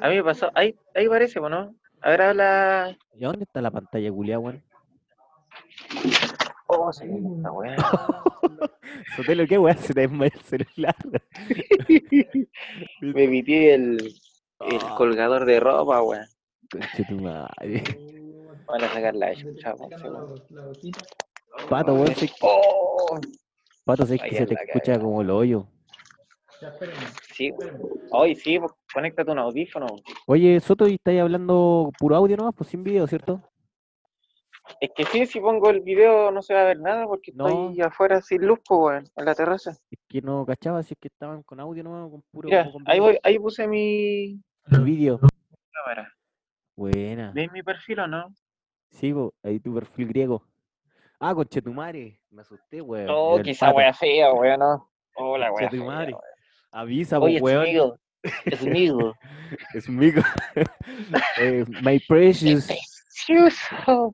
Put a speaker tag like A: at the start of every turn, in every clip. A: A mí me pasó. Ahí, ahí parece, ¿o ¿no? A ver, habla.
B: ¿Y dónde está la pantalla, culia, weón?
A: Oh, sí, esta weá.
B: Sotelo, ¿qué weón? Se te desmayó el celular.
A: Me pipí el, el
B: Ah,
A: colgador de ropa, weón.
B: conche tu madre.
A: Van a sacar la chucha, weón, sí, weón. Ah,
B: Pato, weón, se-
A: Oh,
B: Pato, sé
A: Ahí
B: que se
A: en
B: te
A: la
B: escucha
A: cabeza.
B: como el hoyo.
A: sí, weón. Hoy sí, po, conéctate un audífono.
B: Oye, Soto, y estáis hablando puro audio nomás, pues sin video, ¿cierto?
A: Es que sí, si pongo el video no se va a ver nada porque
B: No.
A: estoy afuera sin luz, po, weón, en la terraza.
B: Es que no cachaba si es que estaban con audio nomás o con puro
A: Mira,
B: o con
A: ahí,
B: video.
A: voy, ahí puse mi
B: Con video.
A: cámara.
B: Buena.
A: ¿Veis mi perfil o no?
B: Sí, po, ahí tu perfil griego. Ah, conchetumare. Me asusté, weón.
A: Oh,
B: Era el
A: quizá
B: Pato.
A: wea fea, weón, no. Oh, la wea fea,
B: Conchetumare.
A: weón.
B: Avisa, po,
A: Oye,
B: weón.
A: amigo. Es amigo.
B: Es mi co- Eh, my precious,
A: Precioso.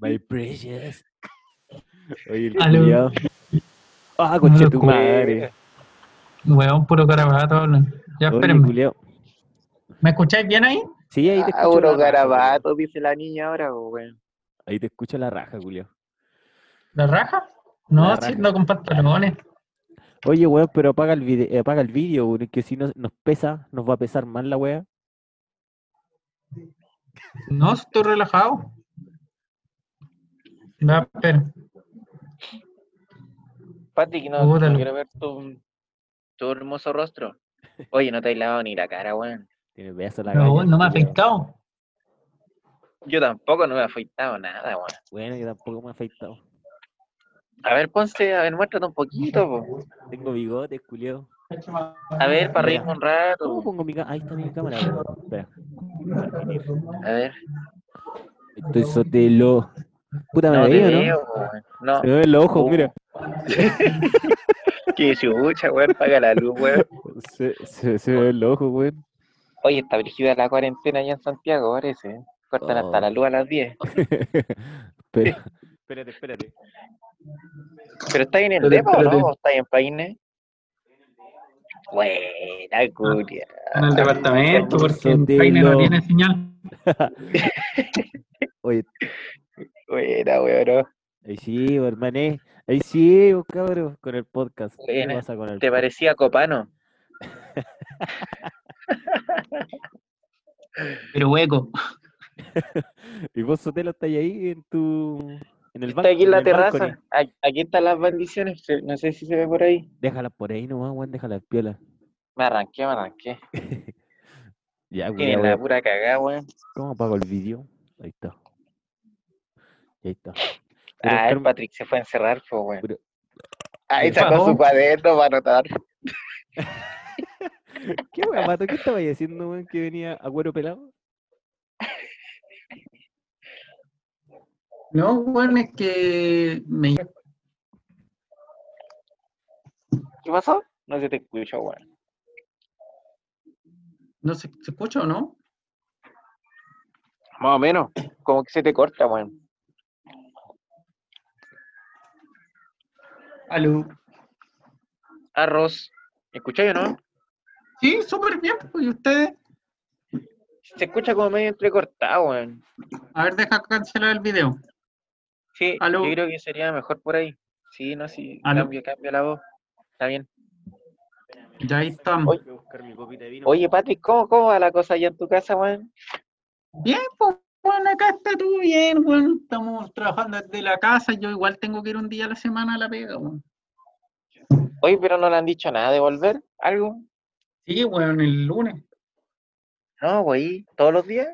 B: my precious. Oye, el
C: Aló.
B: culiao. Ah, conche tu madre.
A: Mira,
C: Weón, puro carabato hablan. Ya
B: Oye,
C: espérenme.
B: culiao.
C: ¿Me escucháis bien ahí?
B: Sí, ahí te escucho.
A: Auro
B: la raja, culiao.
A: Ah, Garabato, dice la niña ahora, pues, weón.
B: Ahí te escucho la raja, culiao.
C: ¿La raja?
B: La
C: No,
B: raja.
C: sí, no con pantalones.
B: Oye, weón, pero apaga el video, apaga el vídeo, weón, que si nos, nos pesa, nos va a pesar más la wea.
C: No, si estoy relajado. Ya, espera.
A: Pati, que no,
C: Puta,
A: no
C: no.
A: quiero ver tu, tu hermoso rostro. Oye, no te has lavado ni la cara, weón.
B: Tiene pedazo la
C: No,
B: caña,
C: no me
B: culiao.
C: ha afectado.
A: Yo tampoco no me he afeitado nada, weón.
B: Bueno, yo tampoco me ha afectado.
A: A ver, Ponce, a ver, muéstrate un poquito, po.
B: Tengo bigotes, culiao.
A: A ver, para
B: Mira.
A: reírme un rato.
B: ¿Cómo
A: po.
B: pongo mi cámara? Ahí está mi cámara, weón. Espera.
A: A ver.
B: Estoy sotelo. Puta, me
A: No te
B: veo, ¿no?
A: veo, po, weón. No,
B: Se me ven los ojos,
A: Oh.
B: mira.
A: que chucha, weón, paga la luz, weón.
C: Oh.
B: Se, se, se me ven los ojos, weón.
A: Oye, está brigida la cuarentena allá en Santiago, parece. ¿eh? Cortan
B: Oh.
A: hasta la luz a las 10.
B: Pero... Espérate, espérate.
A: ¿Pero estáis en el
C: Espérate,
A: depa o no?
C: espérate.
A: ¿O estáis en Paine? Buena, curia.
C: En el departamento, porque el
B: Sotelo.
C: peine no tiene señal.
B: Oye,
A: Buena, weón.
B: ahí sí, vos, hermané. Ahí sí, vos, cabros, con el podcast. ¿Qué
A: Buena.
B: pasa con el
A: ¿Te
B: podcast?
A: parecía Copano?
C: Pero hueco.
B: ¿Y vos, Sotelo, estáis ahí en tu. En el
A: Está
B: banco?
A: aquí en la
B: el balcony?
A: terraza. Aquí aquí están las bendiciones. se- No sé si se ve por ahí.
B: Déjala por ahí nomás, weón, déjala en piola.
A: Me arranqué, me arranqué.
B: Ya, Ah, weón.
A: Tienen la pura cagada, weón.
B: ¿Cómo apago el vídeo? Ahí está. Y ahí está. Pero
A: Ah, el
B: Carmen-
A: Patrick se fue a encerrar, po, weón.
B: Pero-
A: Ahí
B: Pero-
A: sacó su
C: Vamos.
A: cuaderno para anotar.
B: ¿Qué weón, Pato? ¿Qué estabais haciendo, weón, que venía a cuero pelado?
C: No, weón, es que me
A: ¿Qué pasó? No se te escuchó, weón.
C: no sé, ¿se escucha o no?
A: Más o menos. Como que se te corta, weón.
C: Aló.
A: Arroz. ¿Me ¿Escucháis o no?
C: Sí, súper bien, pues, ¿y ustedes?
A: Se escucha como medio entrecortado, weón.
C: A ver, deja cancelar el video.
A: Sí,
C: Aló.
A: yo creo que sería mejor por ahí. Sí, no, sí.
C: Aló.
A: Cambia, cambia la voz. Está bien.
C: Ya ahí estamos.
A: Oye. Oye, Patrick, ¿cómo, cómo va la cosa allá en tu casa, weón?
C: Bien, pues, bueno, acá está todo bien, weón. Estamos trabajando desde la casa. Yo igual tengo que ir un día a la semana a la pega, weón.
A: Oye, pero no le han dicho nada de volver. ¿Algo?
C: Sí, weón, el lunes.
A: No, güey. ¿Todos los días?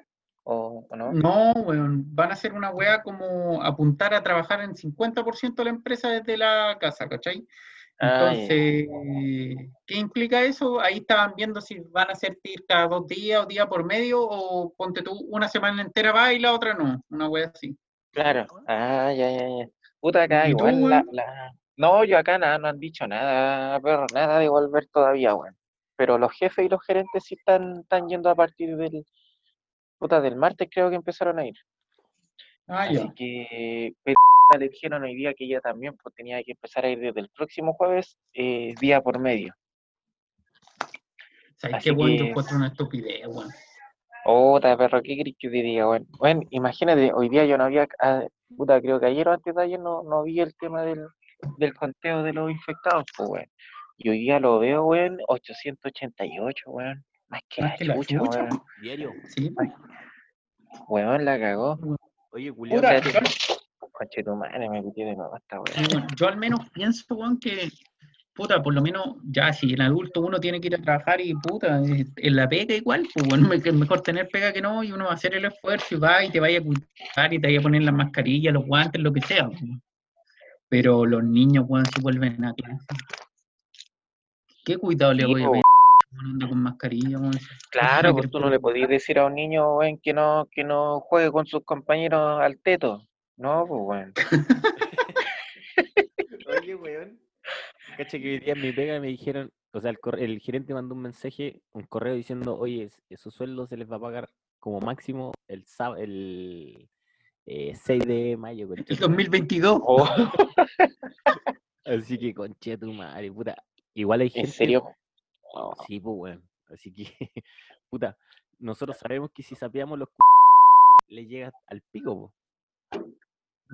A: ¿O, o no?
C: No, weón, van a hacer una weá como apuntar a trabajar en 50% de la empresa desde la casa, ¿cachai?
A: Ah, ya.
C: Entonces, ¿qué implica eso? Ahí estaban viendo si van a hacer tir cada dos días o día por medio, o ponte tú una semana entera va y la otra no, una wea así.
A: Claro. Ah, ya, ya, ya. Puta, acá
C: ¿Y tú,
A: igual la,
C: weón?
A: la- No, yo acá nada, no han dicho nada, pero nada de volver todavía, weón. Pero los jefes y los gerentes sí están, están yendo a partir del... Puta, del martes creo que empezaron a ir.
C: Ah,
A: Así
C: ya.
A: que pero le dijeron hoy día que ella también pues, tenía que empezar a ir desde el próximo jueves, eh, día por medio.
C: ¿Sabes
A: Así
C: qué, weón?
A: que-
C: Yo encuentro una estupidez, weón.
A: Otra, perro, ¿qué crees que diría? Bueno, bueno, imagínate, hoy día yo no había, ah, puta, creo que ayer o antes de ayer no, no vi el tema del, del conteo de los infectados, pues, weón. Y hoy día lo veo, weón, 888, weón. Más que
C: Más
A: la
C: que la
A: chucha,
C: chucha,
A: weón.
B: Diario.
C: Sí, pues.
A: Weón, la cagó.
B: Oye, culiao.
C: Puta,
A: espérate.
C: yo,
A: Conche tu madre, me metí de nuevo esta weón.
C: yo- yo al menos pienso, weón, que, puta, por lo menos, ya si el adulto uno tiene que ir a trabajar y, puta, eh, en la pega igual, pues, weón, me- que mejor tener pega que no y uno va a hacer el esfuerzo y va y te vaya a cuidar y te vaya a poner las mascarillas, los guantes, lo que sea. pues, weón. Pero los niños, weón, se vuelven a clase. ¿Qué cuidado le
A: Sí, pues,
C: voy a
A: po,
C: pedir? weón, anda con mascarilla, weón?
A: Claro,
C: Imagínate
A: pues
C: el
A: tú no le
C: público.
A: podías decir a un niño, weón, que no, que no juegue con sus compañeros al teto. No, pues, weón.
B: Oye, weón. Cacha que hoy día en mi pega me dijeron, o sea, el, corre- el gerente mandó un mensaje, un correo diciendo, oye, s- eh, su sueldo se les va a pagar como máximo el, sá- el eh, 6 de mayo.
C: El
B: conchetumare".
C: 2022.
A: Oh,
B: Así que conche tu madre, puta. Igual hay
A: en
B: gente.
A: serio. Oh,
B: Sí, pues weón. Así que, puta, nosotros sabemos que si sapeamos los c- le llega al pico, po,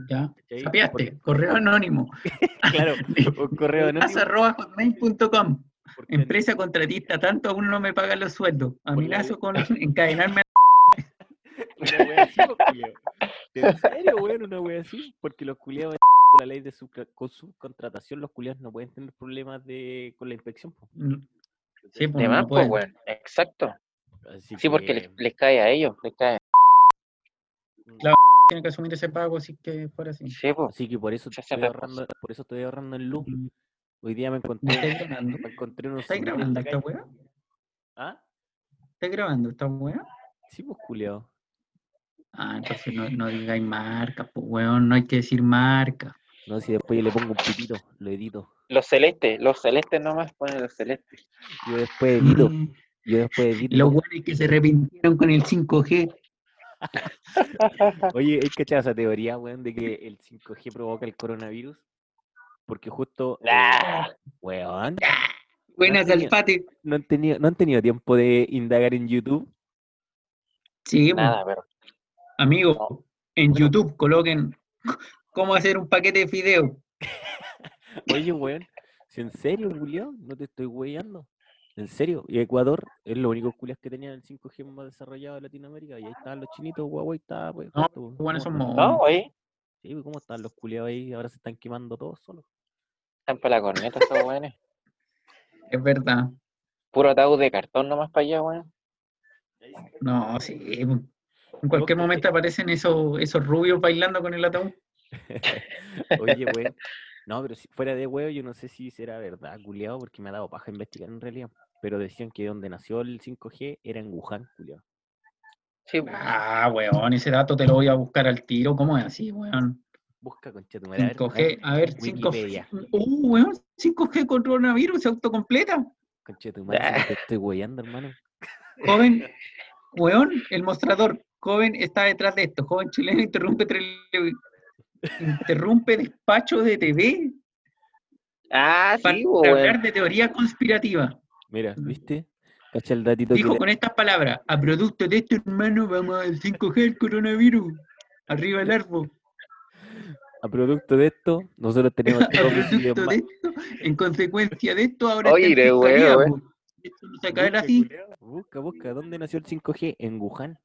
C: Ya.
B: ¿cachai? Por-
C: Sapiaste, correo anónimo.
B: Claro, un correo anónimo.
C: Amenaza arroba hotmail.com.
B: porque en-
C: Empresa contratista, tanto aún no me pagan los sueldos.
B: la
C: Amenazo con encadenarme.
B: Una wea así, po, culiao. ¿En serio, weón? Una wea así. pues, Porque los culiados, por la ley de subca- con subcontratación, los culiados no pueden tener problemas de, con la inspección. pues. po.
C: Sí, pues,
A: de
C: no
A: más, pues,
C: pueden.
A: weón. Exacto.
B: Así
A: Sí, porque
B: que,
A: les, les cae a ellos, les cae.
C: Tienen que asumir ese pago si es que fuera así.
A: Sí, pues.
B: Así que por eso,
A: se
B: estoy
A: hacen respons-
B: ahorrando, por eso estoy ahorrando en luz. Hoy día me encontré,
C: estáis grabando?
B: me encontré unos
C: ¿Estás
B: señores en
C: grabando
B: la
C: esta
B: calle.
C: weá?
B: ¿Ah?
C: ¿Estás grabando esta weá?
B: Sí, pues culiao.
C: Ah, entonces no, no digáis marcas, pues weón, no hay que decir marcas.
B: No, si después yo le pongo un pitito, lo edito.
A: Los celestes, los celestes nomás ponen los celestes.
B: Yo después edito,
C: Mm,
B: yo después edito.
C: Los weones que se arrepintieron con el 5G.
B: Oye, ¿es cachada esa teoría, weón, de que el 5G provoca el coronavirus? Porque justo, eh,
A: Nah,
B: weón,
C: Buenas,
B: tenía-
C: Alfate.
B: no han, tenido, no han tenido tiempo de indagar en YouTube.
C: Sí, pues.
A: nada, pero.
C: Amigo,
A: No.
C: en
A: Bueno.
C: YouTube coloquen cómo hacer un paquete de fideo.
B: Oye, weón, si en serio, culiao, no te estoy weyando. En serio, y Ecuador es lo único culiao que tenían el 5G más desarrollado de Latinoamérica. Y ahí estaban los chinitos, Huawei estaba, pues.
C: No,
B: justo, weón,
C: bueno,
B: ¿cómo-
C: son monos.
A: No, oye,
B: Sí, pues, ¿cómo están los culiados ahí? Ahora se están quemando todos solos.
A: están para la corneta estos weones.
C: Es verdad.
A: Puro ataúd de cartón nomás para allá, weón.
C: No, sí. En cualquier
B: que-
C: momento aparecen esos, esos rubios bailando con el ataúd.
B: Oye, weón. No, pero si fuera de huevo, yo no sé si será verdad, culiado, porque me ha dado paja investigar en realidad. Pero decían que donde nació el 5G era en Wuhan, culiado.
A: Sí, pues.
C: Ah, weón, ese dato te lo voy a buscar al tiro. ¿Cómo es así, weón?
B: Busca con Chetumare. A ver, a ver,
C: 5G, a ver, 5G.
B: Wikipedia.
C: Uh, weón, 5G con coronavirus, se autocompleta.
B: conchetumare, si no te estoy hueando, hermano.
C: Joven, weón, el mostrador. Joven está detrás de esto. Joven chileno interrumpe, tele- interrumpe despacho de TV
A: Ah,
C: para
A: sí, pues, weón.
C: hablar de teoría conspirativa.
B: Mira,
C: Mm.
B: ¿viste? Cacha el datito que
C: Dijo
B: le-
C: con estas palabras, a producto de esto, hermano, vamos al 5G, el coronavirus. Arriba el árbol.
B: a producto de esto, nosotros tenemos
C: A
B: dos homicidios
C: producto de
B: más.
C: esto, en consecuencia de esto, ahora
A: Oye,
C: está en
A: de
C: fiscalía,
A: huevo, eh.
C: po. pues. Esto no se acaba
B: Busca,
C: así.
B: culiao, Busca, busca. ¿Dónde nació el 5G? En Wuhan.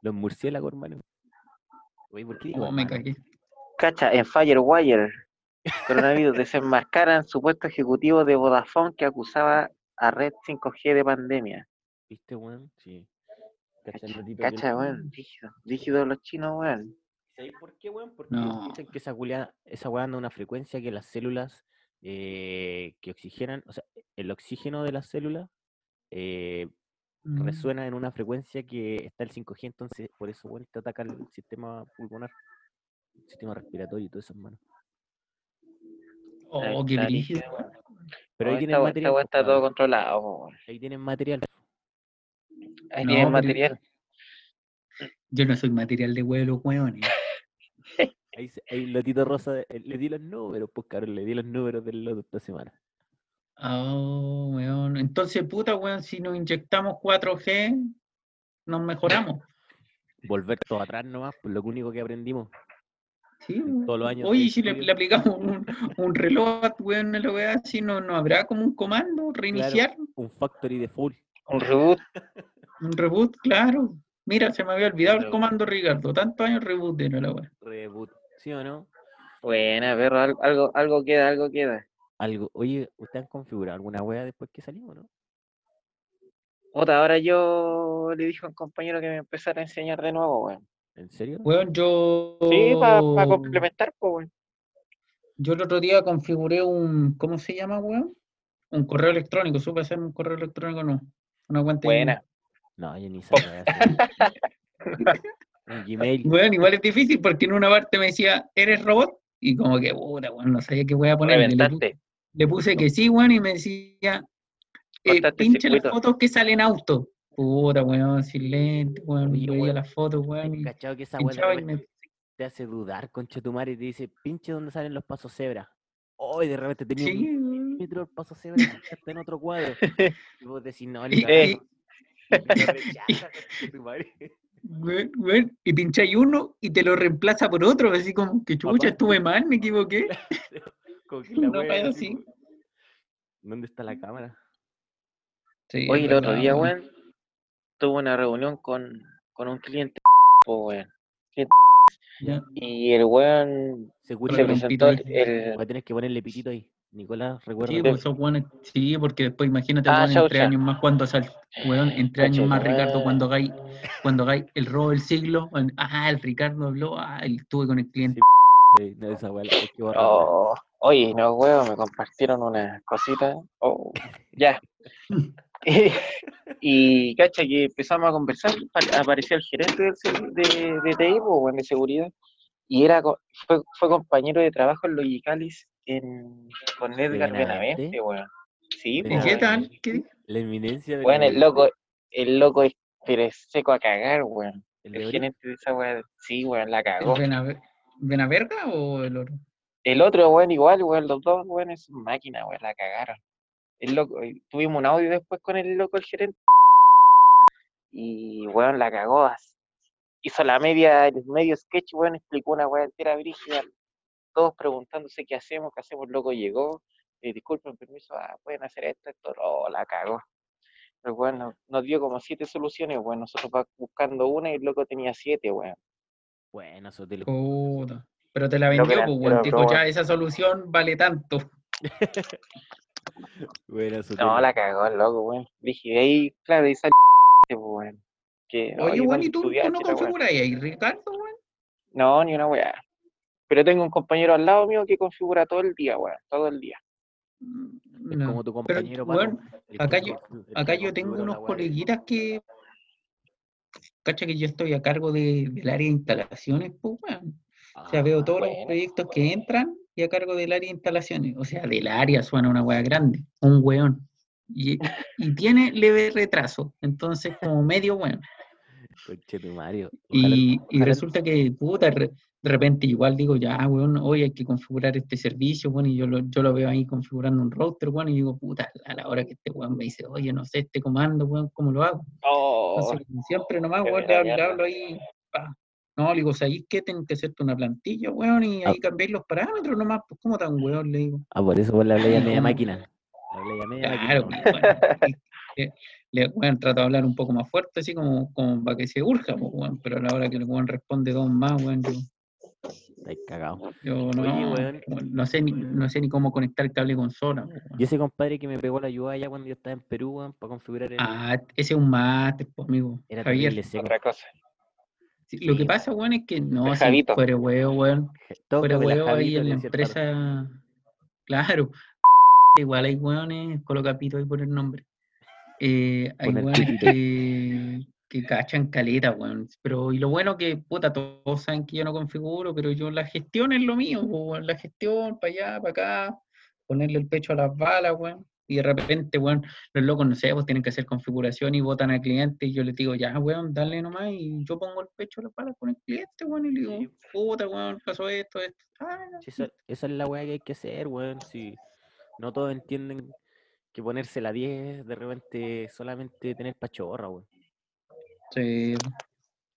B: Los murciélagos, hermano. Oye, ¿por qué digo
C: Oh, me
B: hermano?
C: cagué.
A: Cacha, en Firewire. Coronavirus desenmascaran supuesto ejecutivo de Vodafone que acusaba a Red 5G de pandemia.
B: ¿Viste, weón? Sí. Cacha, el
A: Cacha,
B: datito que le-
A: cacha weón. Dígido, dígido los chinos, weón.
B: ¿Sabéis por qué, weón? Porque
C: No.
B: dicen que esa weá esa weá anda a una frecuencia que las células eh, que oxigenan, o sea, el oxígeno de las células eh,
C: Mm.
B: resuena en una frecuencia que está el 5G, entonces por eso, weón, te ataca el sistema pulmonar, el sistema respiratorio y todo eso, hermano.
C: Oh, qué
A: Está
C: brígido.
A: brígido, weón.
B: Pero
A: No, Oh, esta
B: ahí
A: we- esta
B: tienen material.
A: weá
B: pues, po,
A: está todo
B: cabrón,
A: controlado, po, weón.
B: Ahí tienen material. pues.
A: Ahí
C: No,
A: tienen
C: pero-
A: material.
C: Yo no soy material de huevo de los hueones.
B: eh, Ahí, se- ahí el lotito rosa, de- le di los números, pues cabrón, le di los números del loto esta semana.
C: Oh, weón. Entonces, puta, weón, si nos inyectamos 4G, nos mejoramos.
B: Volver todo atrás nomás, pues, lo único que aprendimos
C: Sí,
B: en
C: weón.
B: todos los años.
C: Oye,
B: de
C: ¿y si le,
B: estudio.
C: le aplicamos un, un reloj, weón, no lo weá, si no, no habrá como un comando, reiniciar,
B: Un factory de full.
A: Un reboot.
C: un reboot, claro. Mira, se me había olvidado el
B: Claro.
C: comando, Ricardo. Tantos años reboot de no la weá.
B: Reboot. ¿Sí o no?
A: Buena, perro, al- algo, algo queda, algo queda.
B: Algo. Oye, ¿ustedes han configurado alguna wea después que salimos, no?
A: Puta, ahora yo le dije a un compañero que me empezara a enseñar de nuevo, weón.
B: ¿En serio?
C: Weón, yo.
A: Sí, para
B: Oh.
A: complementar, pues, weón.
C: Yo el otro día configuré un, ¿cómo se llama, weón? Un correo electrónico, supe hacer un correo electrónico, no. Una cuenta de
A: Buena.
B: No, yo ni sabía. eso. Un Gmail.
C: Weón, igual es difícil porque en una parte me decía, ¿eres robot? Y como que, puta, weón, no sabía qué voy a poner. Le, pu-
A: Reventarte.
C: le puse que sí, weón, y me decía, eh,
A: Cortaste el
C: pinche las
A: circuito.
C: fotos que salen auto. Puta, weón, silente, weón,
B: Oye,
C: yo veía
B: weón,
C: las fotos, weón,
B: ¿Has
C: y
B: cachado que esa wea de
C: pinchaba y
B: repente
C: me...
B: te hace dudar, concha tu madre, y te dice, pinche donde salen los pasos cebra. Oh, y de repente tenía un
C: Sí, weón.
B: metro el paso cebra y está en otro cuadro. Y vos decís, no,
C: Y-
B: ni
A: eh,
B: cagando.
C: y-
B: Y lo rechazas, concha tu madre.
C: Weón, weón, y pincháis uno y te lo reemplaza por otro, así como que chucha,
B: Aparte-
C: estuve mal, me equivoqué.
B: Como que la
C: Una
B: wea
C: wea
B: era
C: así.
B: como, ¿Dónde está
A: Mm.
B: la cámara?
C: Sí,
A: Oye,
C: es
A: el otro
C: verdad,
A: día,
C: weón.
A: weón, tuve una reunión con, con un cliente, po, weón.
C: Ya.
A: Y el weón
B: Seguro
A: se
C: Perdón,
A: presentó el,
C: Pito.
A: el-
B: Voy a tener que ponerle pitito ahí. Nicolás, recuerda.
C: Sí, pues, esos weones- sí, porque después imagínate,
A: Ah,
C: weón,
A: chau,
C: en tres
A: chau.
C: años más cuando sal, weón, en tres
A: Conche
C: años más
A: tu
C: Ricardo,
A: madre.
C: cuando hagáis, cuando hagáis el robo del siglo, weón, ah, el Ricardo habló, ah, el- estuve con el cliente.
B: Sí, eh, no, esa wea la hay que borrarla.
A: Oh, oye, no, weón, me compartieron unas cositas. Oh, ya. y, cacha, que empezamos a conversar, pa- apareció el gerente del se- de, de TI, po, weón, de seguridad, y era co- fue, fue compañero de trabajo en Logicalis en, con Edgar
B: Benavente?
A: Benavente, weón. Sí, po,
C: ¿Y qué
A: weón.
C: tal? ¿Qué?
B: La eminencia del
A: Weón, el
B: nivel.
A: loco, el loco es pero es seco a cagar, weón.
B: El de
A: El
B: Orión.
A: gerente de esa weón, sí, weón, la
C: ¿El
A: cagó.
C: Benaver- Benaverga o el oro?
A: El otro, weón, igual, weón, los dos, weón, es una máquina, weón, la cagaron. El loco, y tuvimos un audio después con el loco, el gerente. Y, weón, la cagó. as- Hizo la media, el medio sketch, weón, explicó una weón entera brígida. Todos preguntándose qué hacemos, qué hacemos, el loco llegó. eh, disculpen, permiso, ah, pueden hacer esto, esto, no, la cagó. Pero, weón, nos, nos dio como siete soluciones, weón, nosotros va- buscando una y el loco tenía siete, weón.
B: Buena, Sotelo.
A: Oh.
C: Puta. Pero te la
A: Creo que la-
C: vendió, pues,
A: pero,
C: weón, dijo,
A: pero,
C: ya, esa solución vale tanto.
B: Buena, Sotelo.
A: No, la cagó el loco, weón. Dije, de ahí, claro, y sale, pues, weón. Que,
C: Oye,
A: no,
C: weón, ¿y tú, tú no
A: la weá".
C: configuras ahí, Ricardo, weón?
A: No, ni una weá. Pero tengo un compañero al lado mío que configura todo el día, weón. Todo el día.
B: Es
C: No.
B: como tu
C: Pero,
B: compañero Pato,
C: weón,
B: el
C: acá
B: que
C: yo-
B: conf- el
C: Acá
B: que
C: yo tengo
B: configura
C: unos
B: la wea de-
C: coleguitas que. Cacha que yo estoy a cargo de- del área de instalaciones, pues, weón. O sea, veo
B: Ah,
C: todos los
A: buena.
C: proyectos que entran y a cargo del área de instalaciones. O sea, del área suena una weá grande, un weón. Y, y tiene leve retraso, entonces como medio weón.
B: conchetumario. Ojalá-
C: Y, y
B: ojalá-
C: resulta que, puta, re- de repente igual digo, ya, weón, hoy hay que configurar este servicio, bueno, y yo lo, yo lo veo ahí configurando un router, weón, y digo, puta, a la hora que este weón me dice, oye, no sé este comando, weón, ¿cómo lo hago?
A: Oh,
C: Entonces, como siempre nomás,
A: qué
C: weón,
A: de
C: le
A: la
C: hablo, le
A: mierda.
C: hablo ahí. pa. No, le digo, ¿sabéis qué? Tengo que hacerte una plantilla, weón, y
B: Ah.
C: ahí cambiáis los parámetros nomás, pues, ¿cómo tan weón? Le digo.
B: Ah, por eso vos le hablé a
C: Ay,
B: media
C: ¿cómo?
B: máquina. Le hablé a media máquina.
C: Claro,
B: nomás.
C: pues, weón. y Le, le- weón, trato de hablar un poco más fuerte, así como, como para que se urja, pues, weón, pero a la hora que el weón responde dos más, weón, yo, pues.
B: Estáis cagados.
C: yo no,
B: weón. Mm.
C: weón, no, sé ni, no sé ni cómo conectar el cable consola. pues, weón.
B: Y ese compadre que me pegó la ayuda allá cuando yo estaba en Perú, weón, para configurar el.
C: Ah, ese es un máster, pues, amigo.
B: era
C: Javier.
B: terrible seco.
A: Otra cosa.
C: Sí, Lo que
B: Sí,
C: pasa, weón, es que no,
A: El
C: si
A: Javito.
C: fuera huevo, weón,
B: Tócame
C: Pero
B: la
C: huevo ahí
B: Javito,
C: en
B: le
C: la
B: decía el Pato.
C: empresa. Claro. Igual hay hueones, coloca pito ahí por el nombre. Eh, hay
B: Poner
C: hueones
B: pitito.
C: que, que cachan caleta, hueón. Pero, y lo bueno que, puta, todos saben que yo no configuro, pero yo la gestión es lo mío, po, hueón. La gestión, para allá, para acá, ponerle el pecho a las balas, weón. Y de repente, weón, los locos, no sé, pues tienen que hacer configuración y votan al cliente. Y yo les digo, ya, weón, dale nomás. Y yo pongo el pecho a las balas con el cliente, weón. Y le digo,
B: Sí.
C: puta, weón, pasó esto, esto. Ah,
B: Sí, Esa, esa es la weá que hay que hacer, weón. Si no todos entienden que ponerse la 10 de repente solamente tener pachorra, weón.
C: Sí.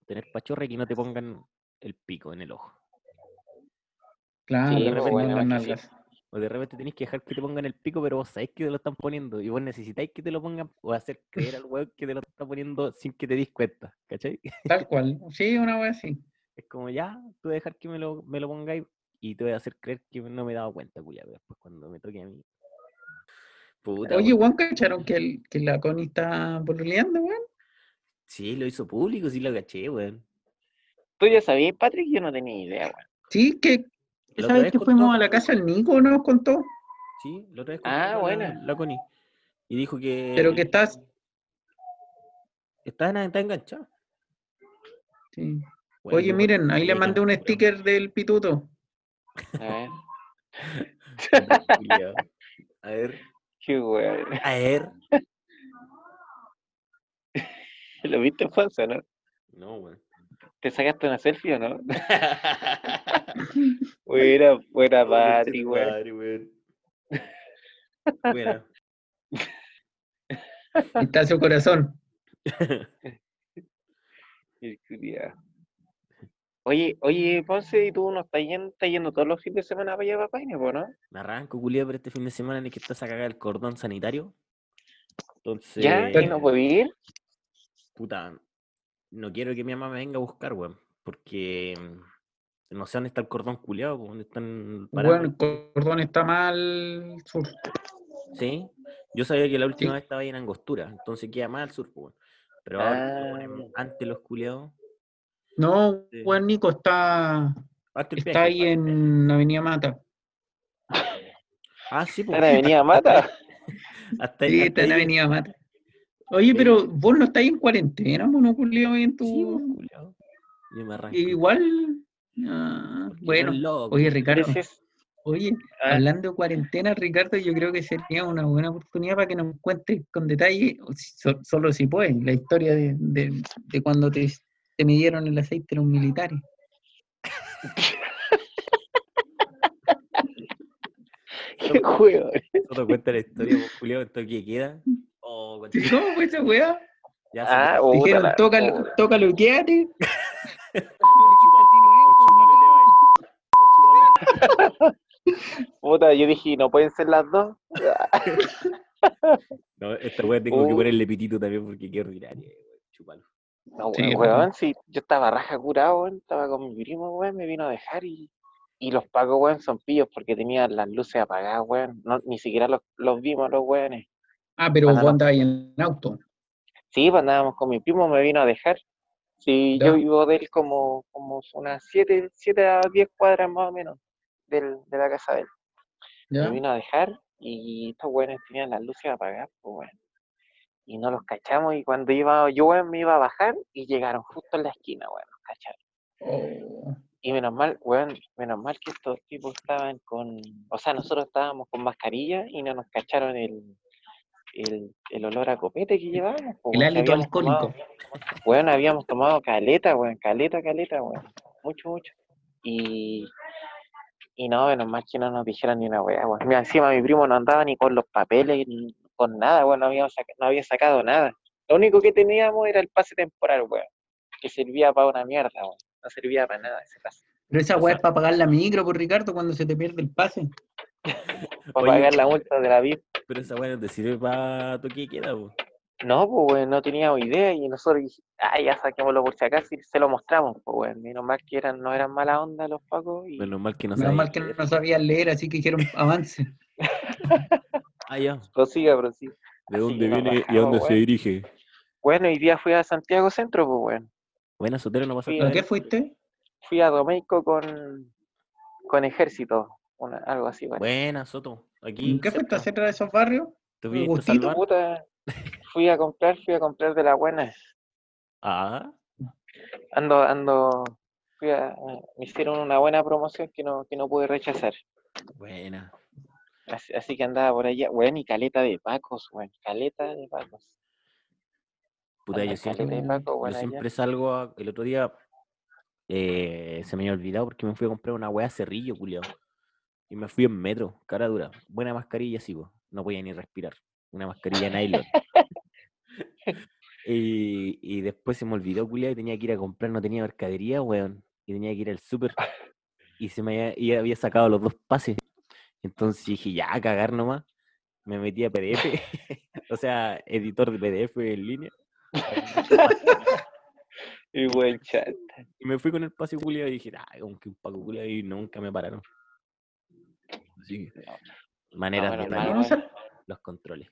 B: Tener pachorra y que no te pongan el pico en el ojo.
C: Claro,
A: Sí,
C: de repente
A: bueno,
C: andan
A: es que sí.
C: nalgas.
B: O de repente tenés que dejar que te pongan el pico, pero vos sabés que te lo están poniendo. Y vos necesitáis que te lo pongan o hacer creer al weón que te lo está poniendo sin que te des cuenta. ¿Cachai?
C: Tal cual. Sí, una vez así.
B: Es como ya, tú dejar que me lo, me lo pongáis y te voy a hacer creer que no me he dado cuenta, culiao, pero Después cuando me toque a mí. Puta,
C: Oye,
B: weón.
C: Juan, ¿cacharon que, el, que la Connie está pololeando, weón?
B: Sí, lo hizo público, sí lo caché, weón.
A: Tú ya sabías, Patrick, yo no tenía idea, weón.
C: Sí, que
B: La otra
C: ¿sabes
B: vez
C: que
B: contó,
C: fuimos a
B: pues,
C: la casa del Nico, nos contó?
B: Sí, la otra vez
A: Ah,
B: contó la-
A: buena.
B: La Connie. Y dijo que.
C: Pero que estás...
B: Está, en- está enganchada.
C: sí.
B: Weón,
C: Oye,
B: yo
C: miren, ahí le
B: culiao,
C: mandé un
B: weón.
C: sticker del pituto.
A: A ver,
B: Culiao. A ver,
A: qué weón.
B: a ver.
A: Lo viste en falso, ¿no?
B: No, weón.
A: ¿Te sacaste una selfie o no? Fuera, fuera, Patrick, weón.
B: Madre, weón. Buena. Ah.
C: Y Está su corazón.
A: El culiao. Oye, oye, Ponce, ¿y tú no estás yendo, estás yendo todos los fines de semana para allá, papá, no?
B: Me arranco, culiao, pero este fin de semana ni que estás a cagar el cordón sanitario. Entonces,
A: ¿Ya? ¿Y
C: pues.
A: no podí ir?
B: puta, no quiero que mi mamá me venga a buscar, weón. Porque mm, no sé dónde está el cordón culiado, dónde están
C: Bueno,
B: parando.
C: el cordón está mal sur.
B: Sí, yo sabía que la última
C: Sí.
B: vez estaba ahí en Angostura, entonces queda más al sur, pues, weón. Pero ahora lo ponen
C: Ah.
B: antes los culiados.
C: No,
B: Sí.
C: Juan Nico está, está ahí en Avenida Mata.
B: Ah, sí, pues.
A: ¿Está en Avenida Mata?
B: Hasta ahí-
C: Sí,
B: hasta
C: está en
B: ahí-
C: Avenida Mata. Oye, pero vos no estás en cuarentena, monoculio, en
B: Sí, pues,
C: tu...
B: culiao. Yo me arranco.
C: Igual... ah,
B: porque
C: bueno,
B: son locos.
C: oye Ricardo,
A: Entonces,
C: oye,
A: ah,
C: hablando de cuarentena, Ricardo, yo creo que sería una buena oportunidad para que nos cuentes con detalle, o si- so- solo si puedes, la historia de, de- de cuando te, te midieron el aceite los militares.
A: qué weón.
B: Solo cuenta la historia, pues, culiao, en toque de queda. Oh, concha-
C: ¿Cómo fue esa weá?
B: ya se
A: Ah,
B: me-
A: puta
C: Dijeron,
A: la-
C: tócalo,
A: oh,
C: tócalo y quédate.
B: O chúpalo-
C: eh,
B: o
C: pues,
B: chúpalo y te vas. O chúpalo y te vas.
A: Puta, yo dije, ¿no pueden ser las dos?
B: No, esta weá tengo que
A: Oh.
B: ponerle pitito también porque qué ordinaria, eh, weón. Chúpalo.
A: No,
C: Sí, pues.
A: weón,
C: weón.
A: weón, sí, yo estaba raja curado, weón, estaba con mi primo, weón, me vino a dejar y, y los pagos, weón, son pillos porque tenían las luces apagadas, weón, no, ni siquiera los, los vimos los weones.
C: Ah, pero
A: Para
C: vos
A: la-
C: andabas ahí en el auto.
A: Sí, pues, andábamos con mi primo, me vino a dejar. Sí,
C: Ya.
A: yo vivo de él como, como unas 7 siete a 10 cuadras más o menos del, de la casa de él.
C: ¿ya?
A: me vino a dejar y estos weones tenían las luces apagadas, pues weón. Y no los cachamos y cuando iba, yo weón me iba a bajar y llegaron justo en la esquina, weón, los cacharon.
C: Oh,
A: Y menos mal, weón, menos mal que estos tipos estaban con, o sea, nosotros estábamos con mascarilla y no nos cacharon el, el, el olor a copete que llevábamos. pues, weón,
C: el
A: que
C: hálito
A: habíamos tomado-
C: alcohólico.
A: Weón, habíamos tomado caleta, weón, caleta, caleta, weón. Mucho, mucho. Y, y no, menos mal que no nos dijeron ni una weá, weón. Mira, encima mi primo no andaba ni con los papeles, ni con nada, weón, no, habíamos saca- no había sacado nada. Lo único que teníamos era el pase temporal, weón, que servía para una mierda, weón. No servía para nada ese pase.
C: Pero esa
B: O
C: weá
B: sea-
C: es para pagar la micro, por Ricardo, cuando se te pierde el pase.
A: Para
B: Oye,
A: pagar la multa de la VIP.
B: Pero esa weá no te sirve para toque de queda, weón.
A: No, pues, weón, no teníamos idea y nosotros dijimos, ah, ya saquémoslo por si acaso y se lo mostramos, pues, weón. Menos mal que eran, no eran mala onda los pacos y...
B: Menos mal que no
C: Menos
B: sabía.
C: mal que no sabían leer, así que dijeron avance.
B: Ah, ya.
A: Prosiga, prosiga.
B: ¿De
A: Así
B: dónde
A: que nos
B: viene y a
A: bajamos,
B: dónde se
A: weón.
B: dirige?
A: Bueno, hoy día fui a Santiago Centro, pues bueno.
B: Buena Sotero no pasa
A: Sí,
B: nada.
C: ¿A qué fuiste?
A: Fui a Domeico con, con ejército, una- algo así, bueno.
B: Buena, Soto. Aquí.
C: ¿En qué fuiste a
B: cerca.
C: hacer a esos barrios?
B: ¿Te
C: un
B: viniste a
C: gustito?
B: salvar?
A: Puta, fui a comprar, fui a comprar de la buena.
B: Ah,
A: Ando, ando, fui a- me hicieron una buena promoción que no, que no pude rechazar.
B: buena.
A: Así, así que andaba por allá, bueno, y caleta de pacos, bueno, caleta de pacos.
B: Puta,
A: Anda
B: yo siempre,
A: caleta de pacos,
B: yo
A: bueno, allá.
B: siempre salgo. a- el otro día eh, se me había olvidado porque me fui a comprar una weá cerrillo, culiao. Y me fui en metro, cara dura. Buena mascarilla, sí, po. No podía ni respirar. una mascarilla nylon. y, y después se me olvidó, culiao, y tenía que ir a comprar, no tenía mercadería, weón. Y tenía que ir al súper. Y se me había, y había sacado los dos pases. Entonces dije, ya, a cagar nomás. Me metí a PDF, o sea, editor de PDF en línea.
A: Y buen chat.
B: Y me fui con el pase culiao y dije, ah, aunque un paco culiao y nunca me pararon. Así que, maneras
A: menos
B: de
A: mal,
B: evadir
A: weón.
C: Conocer-
B: los controles.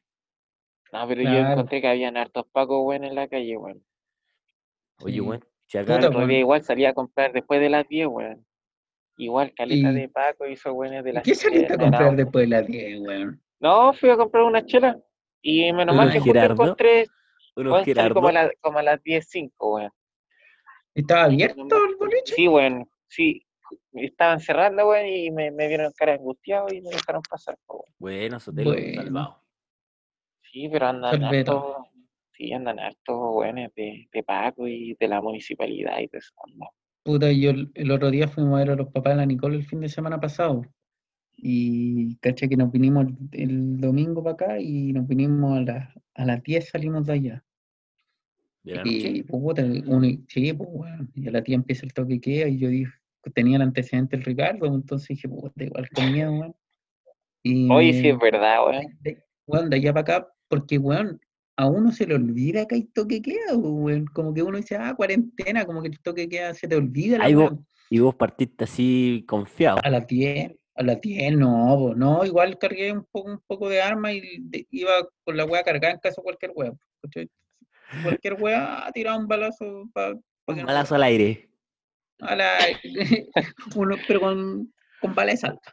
A: No, pero yo
C: Claro.
A: encontré que habían hartos pacos, weón, en la calle, weón.
B: Oye,
C: Sí.
B: weón, si acá
A: Yo el
C: Puta,
A: otro día
C: weón.
A: igual salí a comprar después de las 10, weón. Igual, caleta
C: Y-
A: de Paco hizo buenas de las
C: ¿Qué saliste a comprar
A: no,
C: después de las 10, weón?
A: no, fui a comprar una chela. Y menos mal
B: Unos
A: que justo
B: Gerardo,
A: encontré
B: unos
A: weón, salí como a,
B: Gerardo,
A: la- como a las 10.05, weón.
C: ¿Estaba abierto el boliche?
A: Sí, weón, sí. Estaban cerrando, weón, y me, me vieron cara angustiado y me dejaron pasar, po, weón.
B: bueno, Sotelo,
C: Bueno.
B: salvado.
A: Sí, pero andan
C: Sorbeto.
A: hartos, sí, andan hartos, weones de, de Paco y de la municipalidad y de eso, ¿no?
C: Puta, yo el, el otro día fuimos a ver a los papás de la Nicole el fin de semana pasado. Y caché que nos vinimos el, el domingo para acá y nos vinimos a las, a las 10 salimos de allá.
B: De la noche.
C: Y pues, puta, uno, sí, pues, weón, y a la tía empieza el toque y queda, y yo dije, tenía el antecedente el Ricardo, entonces dije, puta, igual con miedo, weón. Y,
A: Oye, sí, es verdad, weón.
C: de, weón, de allá para acá, porque, weón, a uno se le olvida que hay toque queda, pues, weón. Como que uno dice, ah, cuarentena, como que el toque queda, se te olvida la
B: Ahí vos-
C: weá.
B: Y vos partiste así confiado.
C: A las 10, a las 10, no, po, no, igual cargué un poco, un poco de arma y de- iba con la wea cargada en caso de cualquier wea. po, ¿cachai? Cualquier wea, ah, tiraba un balazo para
B: Un balazo al aire.
C: a la, uno, pero con, con bala de salto.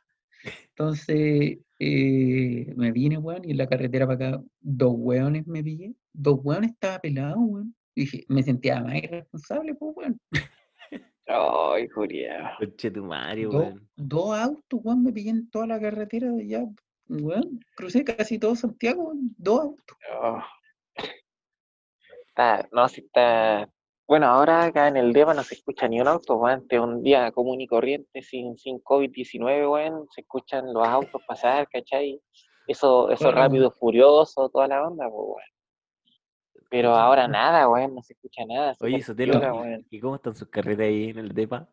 C: Entonces, eh, me vine, weón, y en la carretera para acá, dos weones me pillé, dos weones estaba pelado, weón. Y dije, me sentía más irresponsable, pues, weón.
A: Ay, Julián.
B: Conche tu madre,
C: Dos-
B: weón.
C: Dos autos, weón, me pillé en toda la carretera de allá, weón. Crucé casi todo Santiago, weón, dos autos.
A: Oh. Está, no, si está. Bueno, ahora acá en el DEPA no se escucha ni un auto, weón. Antes un día común y corriente sin, sin COVID-19, weón. Se escuchan los autos pasar, ¿cachai? Eso, eso
B: Mm.
C: Claro.
A: rápido, furioso, toda la onda, pues, weón. Pero ahora nada, weón, no se escucha nada. súper
B: Oye, Sotelo,
A: piola,
B: ¿y-
A: weón.
B: ¿y cómo están sus carreras ahí en el DEPA?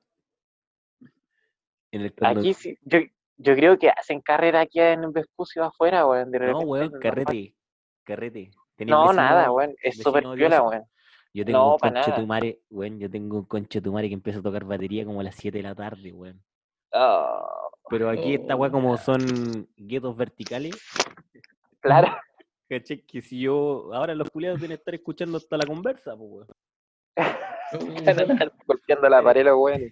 B: En el cuando-
A: Aquí sí, yo, yo creo que hacen carrera aquí en Vespucio afuera, weón. de
B: No,
A: repente,
B: weón,
A: normal.
B: carrete. Carrete. ¿Tenés
A: No,
B: vecino-
A: nada, weón. Es
B: vecino
A: súper piola,
B: odioso?
A: weón.
B: Yo tengo
A: No,
B: un
A: pa'
B: conche
A: nada.
B: tu madre, weón. Yo tengo un conche tu madre que empieza a tocar batería como a las 7 de la tarde, weón.
A: Oh,
B: Pero aquí esta weá
C: Oh,
B: como son guetos verticales.
A: claro.
B: Caché que si yo. Ahora los culiados deben estar escuchando hasta la conversa, pues, weón.
A: Van a estar golpeando la pared los weones.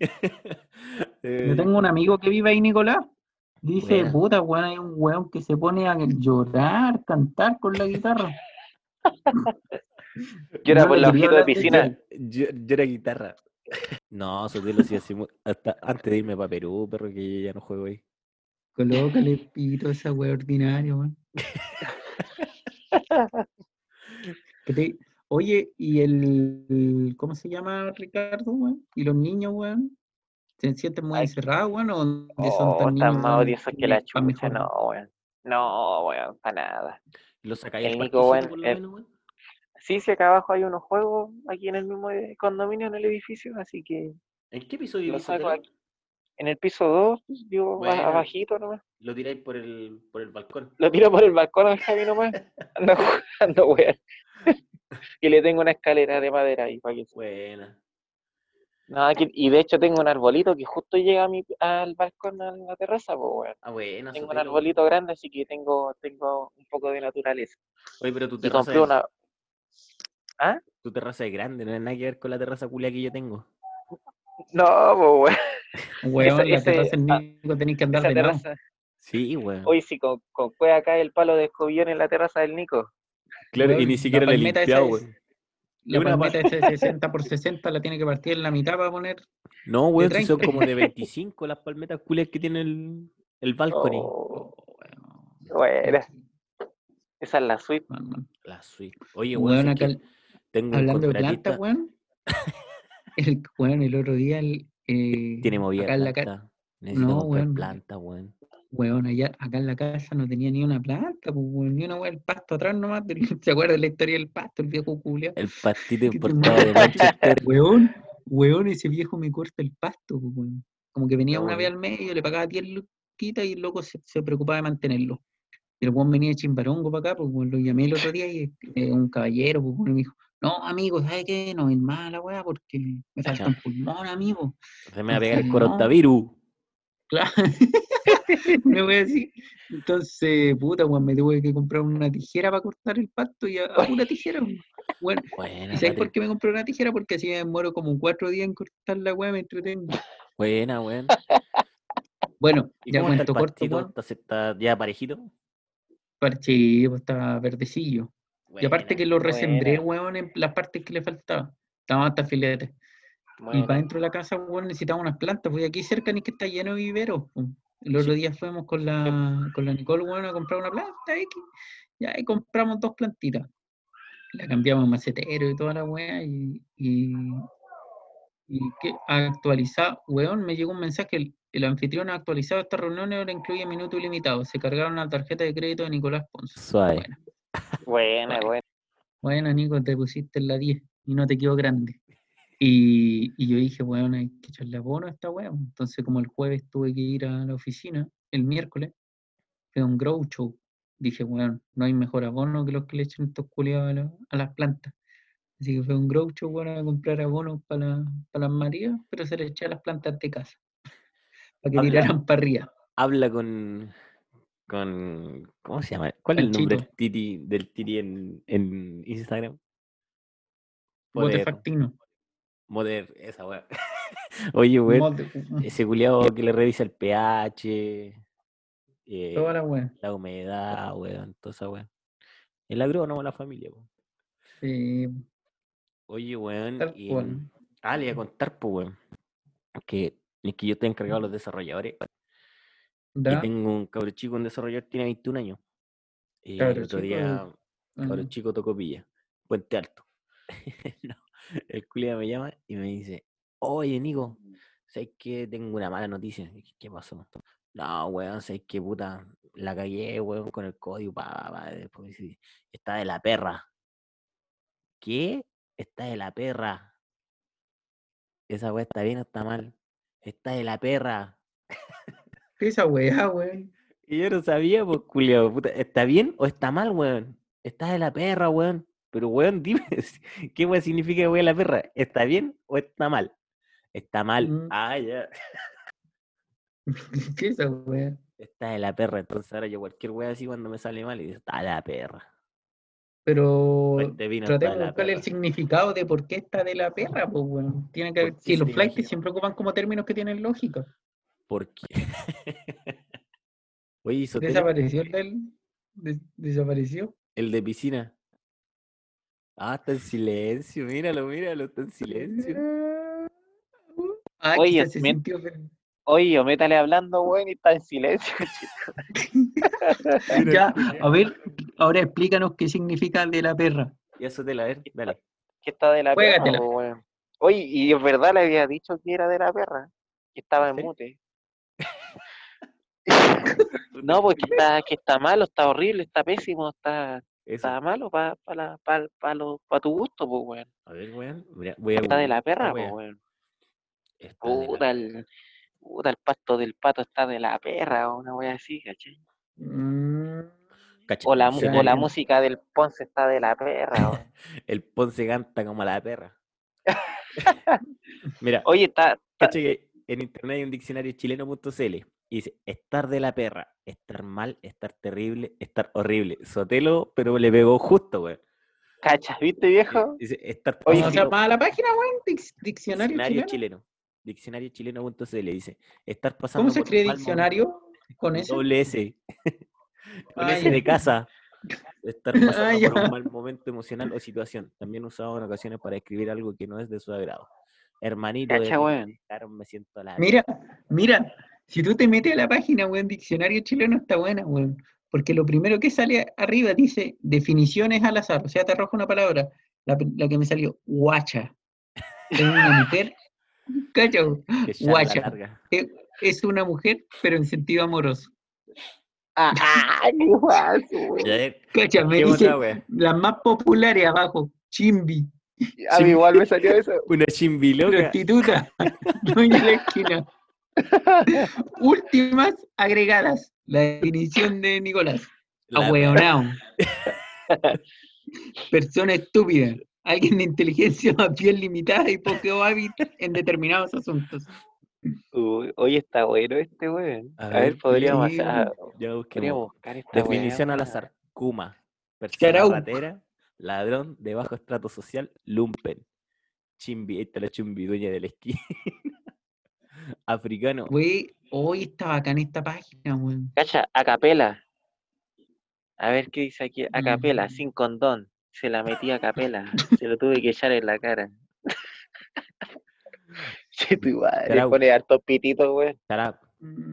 B: Eh,
C: Yo tengo un amigo que vive ahí, Nicolás. Dice,
B: Buena.
C: puta, weón, hay un weón que se pone a llorar, cantar con la guitarra.
A: Yo era
C: No
A: por
C: le
A: los
C: quería
A: ojitos de
C: hablar de
A: piscina.
B: Yo, yo era guitarra. No, Sotelo, sí, hace mu- hasta antes de irme para Perú, perro, que yo ya no juego ahí.
C: Colócale pito a esa wea ordinaria, weón. Que te- Oye, ¿y el, el- ¿Cómo se llama Ricardo, weón? ¿Y los niños, weón? ¿Se sienten muy
A: Ay.
C: encerrados, weón? ¿O de
A: Oh, están más odiosos que la
C: chucha,
A: chucha, no, weón. No, weón, para nada.
B: ¿Lo sacáis
A: El
B: al
A: Nico, weón, eh,
B: parquecito, por lo
A: es-
B: menos, weón?
A: Sí, sí, acá abajo hay unos juegos aquí en el mismo eh, condominio, en el edificio, así que
B: ¿En qué episodio
A: lo
B: vivís,
A: saco
B: Sotelo?
A: aquí. en el piso 2, digo, a-
B: Bueno.
A: abajito nomás.
B: Lo tiráis por el, por el balcón.
A: Lo tiro por el balcón al Javi nomás. Ando jugando, weón. Y le tengo una escalera de madera ahí para que suba.
B: Buena.
A: No, aquí- y de hecho tengo un arbolito que justo llega a mi, al balcón, a la terraza, pues, weón.
B: Ah, buena.
A: Tengo un
B: Sotelo.
A: arbolito grande, así que tengo, tengo un poco de naturaleza.
B: Oye, pero tu
A: Y
B: terraza,
A: compré
B: es,
A: una.
B: tu terraza es grande, no tiene nada que ver con la terraza culia que yo tengo.
A: No, po, weón,
C: Weón,
A: Ese-
C: la
A: ese-
C: terraza del
A: ah,
C: Nico tenéis que andar
A: esa
C: de lado.
A: terraza.
B: Sí, weón.
A: Hoy sí, con, con fue acá el palo de escobillón en la terraza del Nico.
B: claro, y
C: weón,
B: ni
C: la
B: siquiera la he
C: palmeta esa
B: limpiado,
C: es-
B: weón.
C: La
B: una
C: palmeta esa de 60 por 60 la tiene que partir en la mitad para poner.
B: No, weón, si son
C: 30.
B: como de 25 las palmetas culias que tiene el, el balcony.
A: Oh,
C: weón.
A: bueno, esa es la suite.
C: Weón, weón.
B: La suite. Oye, weón,
C: Weón,
B: sé que
C: acá el-
B: tengo un
C: Hablando de
B: contratista.
C: plantas, weón. El, weón, el otro día. El, eh,
B: Tiene movida
C: acá en la ca-
B: planta. Necesito
C: No,
B: comprar
C: weón.
B: planta, weón.
C: Weón, allá, acá en la casa no tenía ni una planta, pues, weón, ni una weá del pasto atrás nomás. del- ¿Se acuerdan la historia del pasto, el viejo culiao?
B: El pastito
C: te
B: importado de
C: mandaste?
B: Manchester.
C: Weón, weón, ese viejo me corta el pasto, pues, weón. Como que venía
B: No,
C: una vez al medio, le pagaba 10 luquitas y el loco se, se preocupaba de mantenerlo. Y el weón venía de Chimbarongo para acá, pues, weón, lo llamé el otro día y eh, un caballero, pues, weón, me dijo, no, amigo, ¿sabes qué? No es mala, weá, porque me
B: Cacha.
C: falta un pulmón, amigo.
B: Se me va a pegar el
C: No.
B: coronavirus.
C: Claro. Una wea así. Entonces, puta, weón, me tuve que comprar una tijera para cortar el pasto y a, a pura tijera, weón. Weón,
B: Buena,
C: ¿Y sabes por
B: Patrick.
C: qué me compré una tijera? Porque así me demoro como cuatro días en cortar la weá, me entretengo.
B: Buena, weón.
C: Bueno,
B: ¿Y
C: ya
B: cómo está el
C: cuento corto, pues,
B: pastito?
C: weón.
B: ¿Está, está ya parejito?
C: Parche, pues, está verdecillo. y aparte
B: Buena.
C: que lo resembré,
A: buena.
C: weón, en las partes que le faltaban. Estaban hasta filetes. Y
A: Bueno,
C: para dentro de la casa, weón, necesitaba unas plantas. Porque aquí cerca ni que está lleno de viveros. po. El otro día fuimos con la, con la Nicole, weón, a comprar una planta X. Ya, y compramos dos plantitas. La cambiamos en macetero y toda la weá. Y, y, y que actualizado, weón, me llegó un mensaje. El, el anfitrión ha actualizado esta reunión y ahora incluye minuto ilimitado. Se cargaron la tarjeta de crédito de Nicolás Ponce.
B: Suave.
C: Buena.
A: buena, buena.
C: Bueno, Nico, te pusiste en la 10 y no te quedó grande. Y, y yo dije, weón, hay que echarle abono a esta weón. Entonces, como el jueves tuve que ir a la oficina, el miércoles, fue un grow show. Dije, weón, no hay mejor abono que los que le echan estos culiados a, la- a las plantas. Así que fue un grow show, weón, a comprar abono para, para las marías, pero se le eché a las plantas de casa. Para que
B: Habla-
C: tiraran para arriba.
B: Habla con. con ¿Cómo se llama? ¿Cuál es el nombre del
C: Panchito.
B: Titi, del titi en, en Instagram?
C: Bote
B: Poder.
C: factino.
B: Moder, esa weá. Oye, weón.
C: molde,
B: Ese culiado que le revisa el pH. eh,
C: Toda la weón.
B: la humedad, weón, toda esa weón. El agrónomo, la familia, weón.
C: Sí,
B: Oye, weón.
C: tal
B: y-
C: cual.
B: Ah, le voy a contar, pues, weón. Que es que yo estoy encargado de
C: Mm.
B: los desarrolladores.
C: Da,
B: Y tengo un cabro chico, un desarrollador, tiene 21 años. Y el
C: Cabro
B: otro
C: chico,
B: día, cabro
C: ajá.
B: chico tocó pilla. Puente alto. No, el culiao me llama y me dice, oye, Nico, ¿sabes que tengo una mala noticia? Y dije, ¿Qué pasó? No, weón, ¿sabes qué, puta? La cagué, weón, con el código, pa, pa, pa", Después me dice, está de la perra. ¿Qué? Está de la perra. Esa weá está bien o está mal. Está de la perra.
C: ¿Qué esa weá, weón?
B: Y yo no sabía, pues, culiao, puta, ¿está bien o está mal, weón? Está de la perra, weón. Pero, weón, dime, si- ¿qué weón significa weón la perra? ¿Está bien o está mal? Está mal.
C: Mm.
B: Ah, ya.
C: ¿Qué esa weá?
B: Está de la perra. Entonces ahora yo cualquier weón así cuando me sale mal y digo, está de la perra.
C: Pero
B: Este vino está
C: tratemos
B: de
C: de
B: la
C: buscarle el
B: perra.
C: significado de por qué está de la perra, pues weón. Tiene que
B: ¿Por
C: haber.
B: qué
C: Si
B: se
C: los
B: te
C: flights
B: imagina?
C: siempre ocupan como términos que tienen lógica.
B: ¿Por qué? Oye, ¿y Sotelo,
C: Desapareció el del. des- desapareció.
B: el de piscina. Ah, está en silencio, míralo, míralo, está en silencio.
C: Ah,
A: Oye,
C: quizás se
A: men-
C: sintió. ofendido.
A: Oye, yo métale hablando, weón, y está en silencio.
B: Mira el
C: Ya,
B: culiao.
C: a ver, ahora explícanos qué significa de la perra.
B: Ya, Sotelo, a ver, dale.
A: que está de la
C: Juégatela.
A: perra, po, weón. Oye, y es verdad le había dicho que era de la perra, que estaba
B: ¿En
A: en
B: serio?
A: mute. No, porque está, que está malo, está horrible, está pésimo, está,
B: Eso.
A: está malo para pa la- pa- pa lo- pa tu gusto, pues, weón.
B: A ver, weón. mira, voy a
A: Está de la
B: googlear esta
A: perra,
B: wea.
A: pues, weón.
B: Está de la-
A: Puta, el, puta, el pasto del pato está de la perra, o una wea así, ¿cachai?
C: Mm,
B: Cacha,
A: O la, mu-
B: se
A: o la
C: Claro.
B: llama-
A: música del Ponce está de la perra. weón.
B: El Ponce canta como la perra. Mira,
A: Oye, está, está-
B: cacha que en internet hay un diccionario chileno.cl y dice: estar de la perra, estar mal, estar terrible, estar horrible. Sotelo, pero le pegó justo, weón. Eh,
A: cacha, ¿viste, viejo?
B: Dice: estar
A: Oye,
C: ¿Cómo
A: sí, no.
C: se llama la página, weón? Dic- diccionario
B: diccionario
C: chileno.
B: chileno. Diccionario chileno.cl dice: estar pasando
C: ¿Cómo se
B: por un
C: escribe
B: mal momento".
C: diccionario? Con
B: Con
C: eso.
B: Doble S. Con
C: Ah,
B: S de
C: ya.
B: casa. Estar pasando
C: Ah,
B: por
C: ya.
B: un mal momento emocional o situación. También usado en ocasiones para escribir algo que no es de su agrado. Hermanito, de
A: Cacha, weón.
B: me siento a la.
C: Mira, mira, si tú te metes a la página, weón, diccionario chileno está buena, weón. Porque lo primero que sale arriba dice definiciones al azar, o sea, te arroja una palabra. La, pri- la que me salió, guacha. Es una mujer, cacha, weón,
B: que charla
C: guacha.
B: larga.
C: es una mujer, pero en sentido amoroso.
A: Ah, ah, qué guaso,
B: Y
A: weón.
B: a ver,
C: Cacha, me
B: eh, ¿qué
C: dice
B: otra wea?
C: las más populares abajo. Chimbi,
A: A mí igual me salió eso.
B: Una chimbiloca.
C: prostituta, doña la esquina. Últimas agregadas. La definición de Nicolás.
B: La-
C: Ahueonao. Persona estúpida. Alguien de inteligencia más bien limitada y poco hábil en determinados asuntos.
A: Uy, Oye, está bueno este weón.
B: A
A: A,
B: ver,
A: ver, podríamos,
C: sí.
A: hacer- ah,
B: Ya busquemos.
A: podríamos buscar esta
B: Definición
A: weá,
B: al
A: weón.
B: azar. Kuma. Persona
C: Charauco.
B: ratera, ladrón de bajo estrato social, lumpen. Chimbi, esta es la chimbi dueña de la esquina. Africano.
C: Güey, hoy está bacán esta página, weón.
A: Cacha, a capela. A ver qué dice aquí. A capela,
C: Mm.
A: sin condón. Se la metí a capela. Se lo tuve que echar en la cara. Che, tu madre.
B: Carau.
A: Pone hartos pititos, weón.
B: Shut up.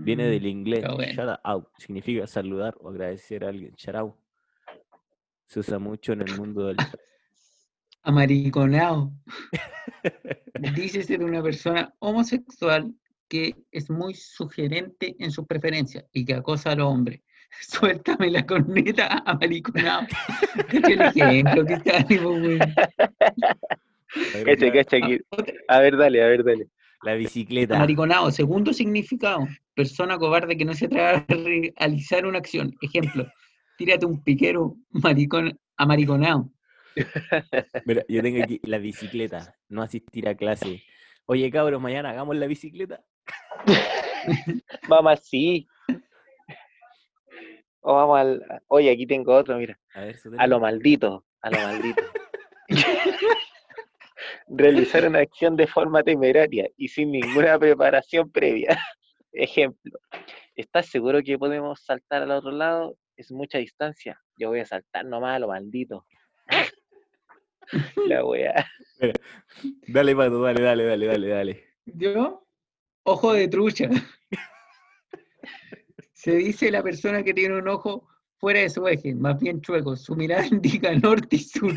B: Viene
C: Mm,
B: del inglés.
C: está bueno.
B: Shout out. Significa saludar o agradecer a alguien. Shout out. Se usa mucho en el mundo del.
C: Amariconao. Dícese de una persona homosexual que es muy sugerente en sus preferencias y que acosa a los hombres. Suéltame la corneta amariconao. Cacha el ejemplo que está, tipo, weón.
A: Cacha, cacha aquí.
C: Otra-
A: A ver, dale, a ver, dale.
B: La bicicleta.
C: Amariconado, segundo significado, persona cobarde que no se atreve a realizar una acción. Ejemplo, tírate un piquero maricón, amariconado.
B: Mira, yo tengo aquí la bicicleta. No asistir a clase. Oye, cabros, mañana hagamos la bicicleta.
A: Mamá, sí. O vamos al. Oye, aquí tengo otro, mira.
B: A ver, Sotelo.
A: A lo maldito, a lo maldito. Realizar una acción de forma temeraria y sin ninguna preparación previa. Ejemplo, ¿estás seguro que podemos saltar al otro lado? Es mucha distancia. Yo voy a saltar nomás a lo maldito. La wea.
B: Dale, Pato, dale, dale, dale, dale, dale.
C: Yo, ojo de trucha. Se dice la persona que tiene un ojo fuera de su eje, más bien chueco. Su mirada indica norte y sur.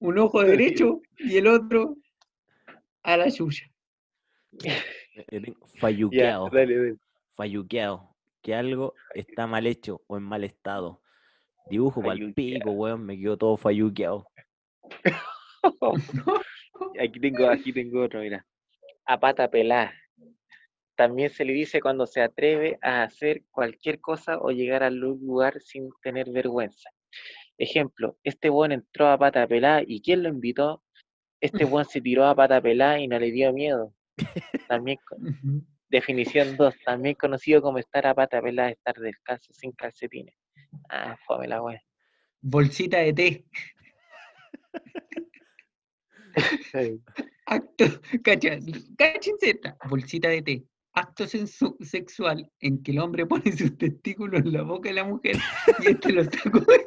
C: Un ojo derecho y el otro a la suya.
B: Yo Eh, tengo
A: Ya,
B: Falluqueado.
A: dale, dale.
B: Falluqueado. Que algo está mal hecho o en mal estado. Dibujo pal pico,
A: Falluqueado.
B: weón. Me quedó todo falluqueado.
A: Aquí tengo, aquí tengo otro, mira. A pata pelada. También se le dice cuando se atreve a hacer cualquier cosa o llegar al lugar sin tener vergüenza. Ejemplo, este buen entró a pata pelada y ¿quién lo invitó? Este buen se tiró a pata pelada y no le dio miedo. También, co-
C: Ujú.
A: definición 2, también conocido como estar a pata pelada, estar descalzo sin calcetines. Ah, fome la wea.
C: Bolsita de té. Acto, cacha, cachense esta, bolsita de té. Acto sensu- sexual en que el hombre pone sus testículos en la boca de la mujer y este los sacude,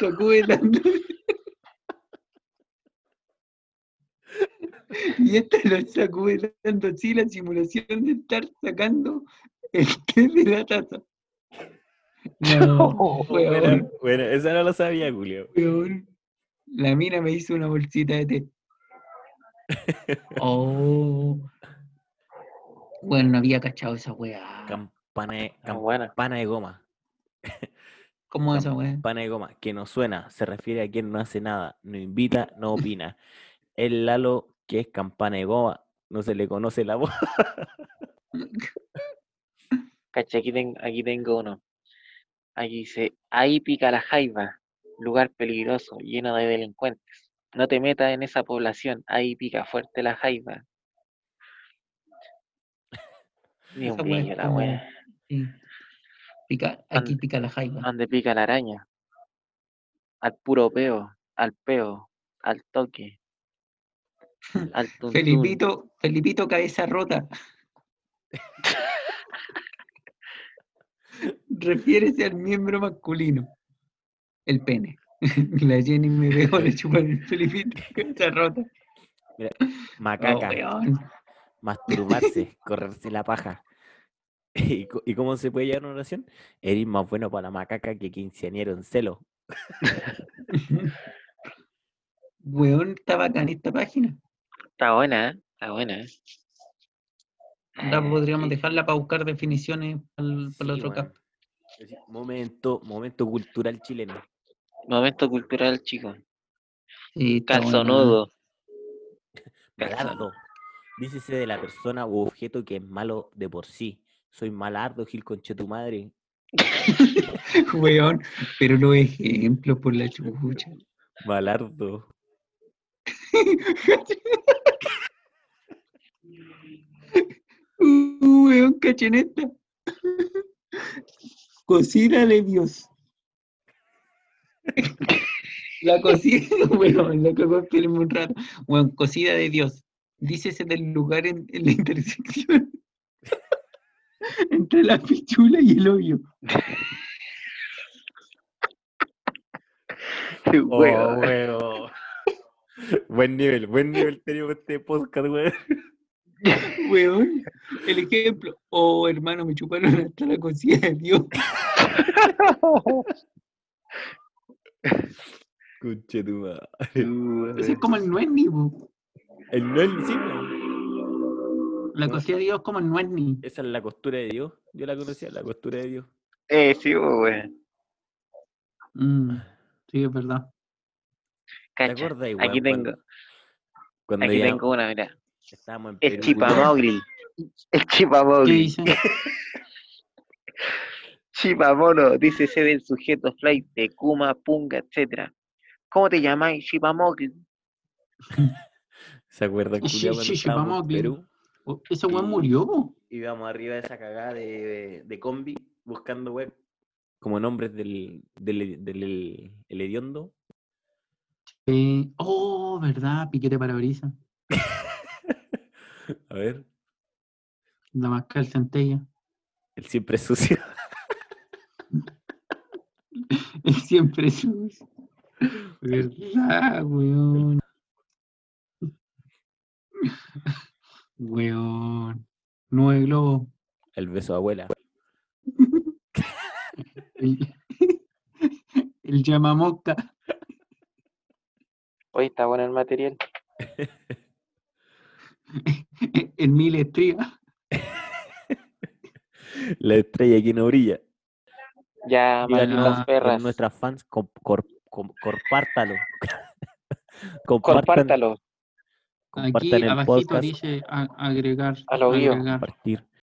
C: sacude dando- Y este los sacude dando así la simulación de estar sacando el té de la taza.
A: Oh,
C: No,
B: Bueno,
C: weón,
B: bueno, esa no lo sabía, Julio.
C: weón. La mina me hizo una bolsita de té. Oh. Bueno, no había cachado esa weá.
B: Campana de,
A: Ah,
B: campana
A: bueno.
B: de goma.
C: ¿Cómo esa weá?
B: Pana de goma, que no suena, se refiere a quien no hace nada, no invita, no opina. El Lalo, que es campana de goma, no se le conoce la
C: Oh,
B: voz.
A: Cacha, aquí, ten- aquí tengo uno. Aquí dice, ahí pica la jaiba, lugar peligroso, lleno de delincuentes. No te metas en esa población, ahí pica fuerte la jaiba. Ni un
C: Esa weá es
A: brillo la
C: como-
A: wea.
C: Sí. Pica, aquí
A: And-
C: pica la jaiba.
A: Donde pica la araña. Al puro peo, al peo, al toque, al tuntún.
C: Felipito, Felipito cabeza rota. Refiérese al miembro masculino. El pene. La Jenny me dejó de chupar el Felipito cabeza rota. Oh,
B: Macaca,
C: weón.
B: masturbarse, correrse la paja. ¿Y, co- y cómo se puede llevar una oración? Eres más bueno para la macaca que quinceañero en celo.
C: Weón, está bacán esta página.
A: Está buena, ¿eh? está buena. ¿eh?
C: Ya podríamos dejarla para buscar definiciones para el, para el
B: Ah, Sí,
C: otro
B: weón.
C: cap.
B: Es decir, Momento, momento cultural chileno.
A: Momento cultural, chico.
C: Sí, está bueno.
A: Calzonudo. Calzado.
B: Malardo. Dícese de la persona u objeto que es malo de por sí. Soy malardo, Gil conche tu madre.
C: Weón, pero los ejemplos por la chucha.
B: Malardo.
C: Uh, weón, cacheneta. Cocina de Dios. La cocina, weón, la cagó, espérenme un rato. Weón, cocida de Dios. Dícese del lugar en, en la intersección entre la pichula y el hoyo.
B: Oh, weón. buen nivel, buen nivel tenemos este podcast, weón.
C: Weón, el ejemplo. Oh, hermano, me chuparon hasta la cocida de Dios.
B: Conche tu madre.
C: Ese es como el nuenni, bu.
B: El no es sí, weón.
C: La cocida de Dios es como el nuenni.
B: Esa es la costura de Dios. Yo la conocía, la costura de Dios.
A: Eh, sí, weón.
C: Mm, sí, es verdad.
B: ¿Te
A: Cacha,
B: acuerdas, weón,
A: Aquí
B: cuando-
A: tengo,
B: Cuando
A: aquí
B: ya
A: tengo una, mira.
B: estábamos en
A: El
B: Perú,
A: chipamogli. El
C: ¿Qué
A: chipamogli.
C: dice?
A: Chipamono, dice C del sujeto flight de Kuma, Punga, etcétera. ¿Cómo te llamáis? Chipamogli.
B: ¿Se acuerdan,
C: Sí,
B: culiao, cuando
C: sí, sí,
B: estábamos
C: vamos,
B: en
C: Glenn.
B: Perú?
C: Oh, Ese weón murió, bu.
B: íbamos arriba de esa cagada de, de- de combi buscando web como nombres del, del, del- el- el hediondo.
C: Eh, oh, verdad, piquete parabrisas.
B: A ver,
C: La mascar centella.
B: el siempre sucio.
C: Él siempre sucio. Verdad, weón. Weón. Nueve globos.
B: El beso de abuela.
C: El, el llamamosca.
A: Hoy está bueno el material.
C: El mil estrías.
B: La estrella que no brilla.
A: Ya,
B: Díganlo
A: maldito las
B: con
A: perras.
B: nuestras fans, com- cor- com- compártalo. Compartan,
A: Compártalo.
B: compartan
C: Aquí
B: el
C: abajito
B: podcast.
C: dice ah. a- agregar.
A: A lo bio.
C: agregar.
B: Compartir.